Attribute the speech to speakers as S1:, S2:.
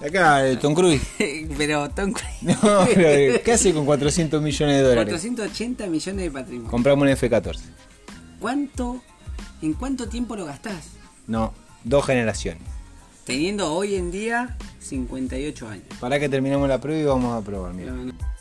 S1: Acá, eh, Tom Cruise.
S2: Pero Tom Cruise.
S1: No, pero, eh, ¿Qué hace con 400 millones de dólares?
S2: 480 millones de patrimonio.
S1: Compramos un F-14.
S2: ¿Cuánto, ¿En cuánto tiempo lo gastás?
S1: No, dos generaciones.
S2: Teniendo hoy en día 58 años.
S1: Para que terminemos la prueba y vamos a probar, mira.
S2: Pero no-